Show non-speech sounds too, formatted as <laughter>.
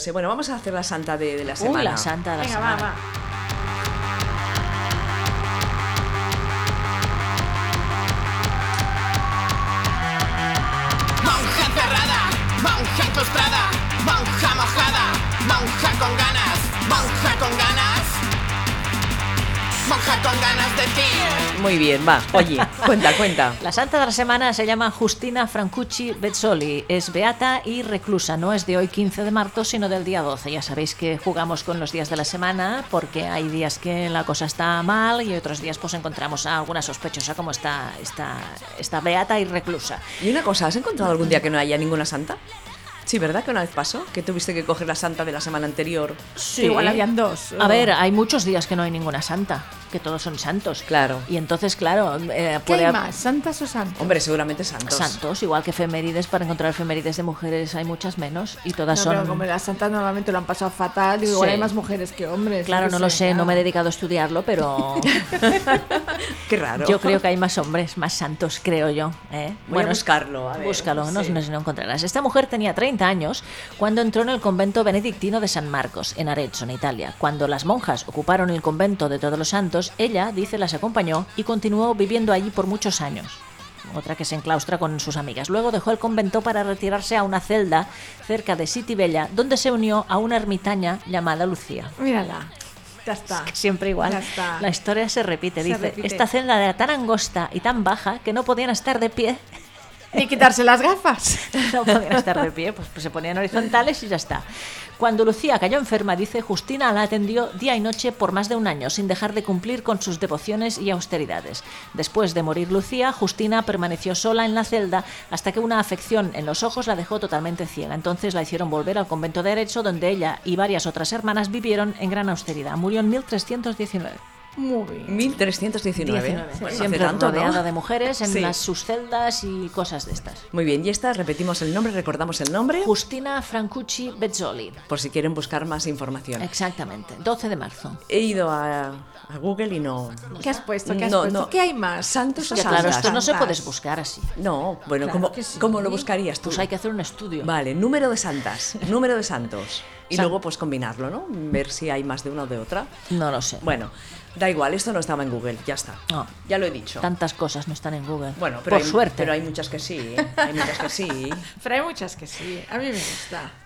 Sí, Bueno, vamos a hacer la santa de, de la Uh, semana. la santa de la Venga, va, semana. va. Monja cerrada, monja encostrada, monja mojada, monja con ganas, monja con ganas, monja con ganas de ti. Muy bien, va. <laughs> Oye, cuenta, cuenta. La santa de la semana se llama Justina Francucci Bezzoli. Es beata y reclusa. No es de hoy 15 de marzo, sino del día 12. Ya sabéis que jugamos con los días de la semana porque hay días que la cosa está mal y otros días pues encontramos a alguna sospechosa como está esta, esta beata y reclusa. Y una cosa, ¿has encontrado algún día que no haya ninguna santa? Sí, ¿verdad que una vez pasó? Que tuviste que coger la santa de la semana anterior. Sí. Igual habían dos. A ver, hay muchos días que no hay ninguna santa, que todos son santos. Claro. Y entonces, claro, eh, ¿Qué puede hay hab- más? ¿Santas o santos? Hombre, seguramente santos. santos, igual que efemérides, para encontrar efemérides de mujeres hay muchas menos y No, todas son... pero como las santas normalmente lo han pasado fatal, digo, Sí. igual hay más mujeres que hombres. Claro, yo no qué lo sé, no claro. me he dedicado a estudiarlo, <laughs> pero Qué raro. yo creo que hay más hombres, más santos, creo yo. ¿eh? Voy a buscarlo, a ver. Búscalo, no, Sí. no sé si lo encontrarás. Esta mujer tenía 30 años cuando entró en el convento benedictino de San Marcos, en Arezzo, en Italia. Cuando las monjas ocuparon el convento de Todos los Santos, ella, dice, las acompañó y continuó viviendo allí por muchos años. Otra que se enclaustra con sus amigas. Luego dejó el convento para retirarse a una celda cerca de Sitibella, donde se unió a una ermitaña llamada Lucía. Mírala. Ya está. <laughs> Siempre igual. Ya está. La historia se repite. Se dice, repite. esta celda era tan angosta y tan baja que no podían estar de <laughs> pie. Ni quitarse <laughs> las gafas. No podían estar de pie, pues, pues se ponían horizontales y ya está. Cuando Lucía cayó enferma, dice, Justina la atendió día y noche por más de un año, sin dejar de cumplir con sus devociones y austeridades. Después de morir Lucía, Justina permaneció sola en la celda hasta que una afección en los ojos la dejó totalmente ciega. Entonces la hicieron volver al convento de Arezzo, donde ella y varias otras hermanas vivieron en gran austeridad. Murió en 1319. Muy bien. 1319. 19. Bueno, Siempre hace tanto, ¿no? rodeada de mujeres en Sí. las sus celdas y cosas de estas. Muy bien, y esta, repetimos el nombre, recordamos el nombre, Justina Francucci Bezzoli. por si quieren buscar más información. Eh. Exactamente, 12 de marzo. He ido a, a Google y no. ¿Qué has puesto? ¿Qué has No, puesto? no. ¿Qué hay más? Santos o Ya, claro, santas. esto no se Santas. puedes buscar así. No, bueno, Claro ¿cómo, que sí. cómo lo buscarías tú? Pues hay que hacer un estudio. Vale, número de santas, número de santos. Y San- luego pues combinarlo, ¿no? Ver si hay más de una o de otra. No lo sé. Bueno, da igual, esto no estaba en Google, ya está. No. Ya lo he dicho. Tantas cosas no están en Google. Bueno, pero Ah. Por hay, suerte. ¿eh? Pero hay muchas que sí, hay muchas que sí. Pero hay muchas que sí. A mí me gusta.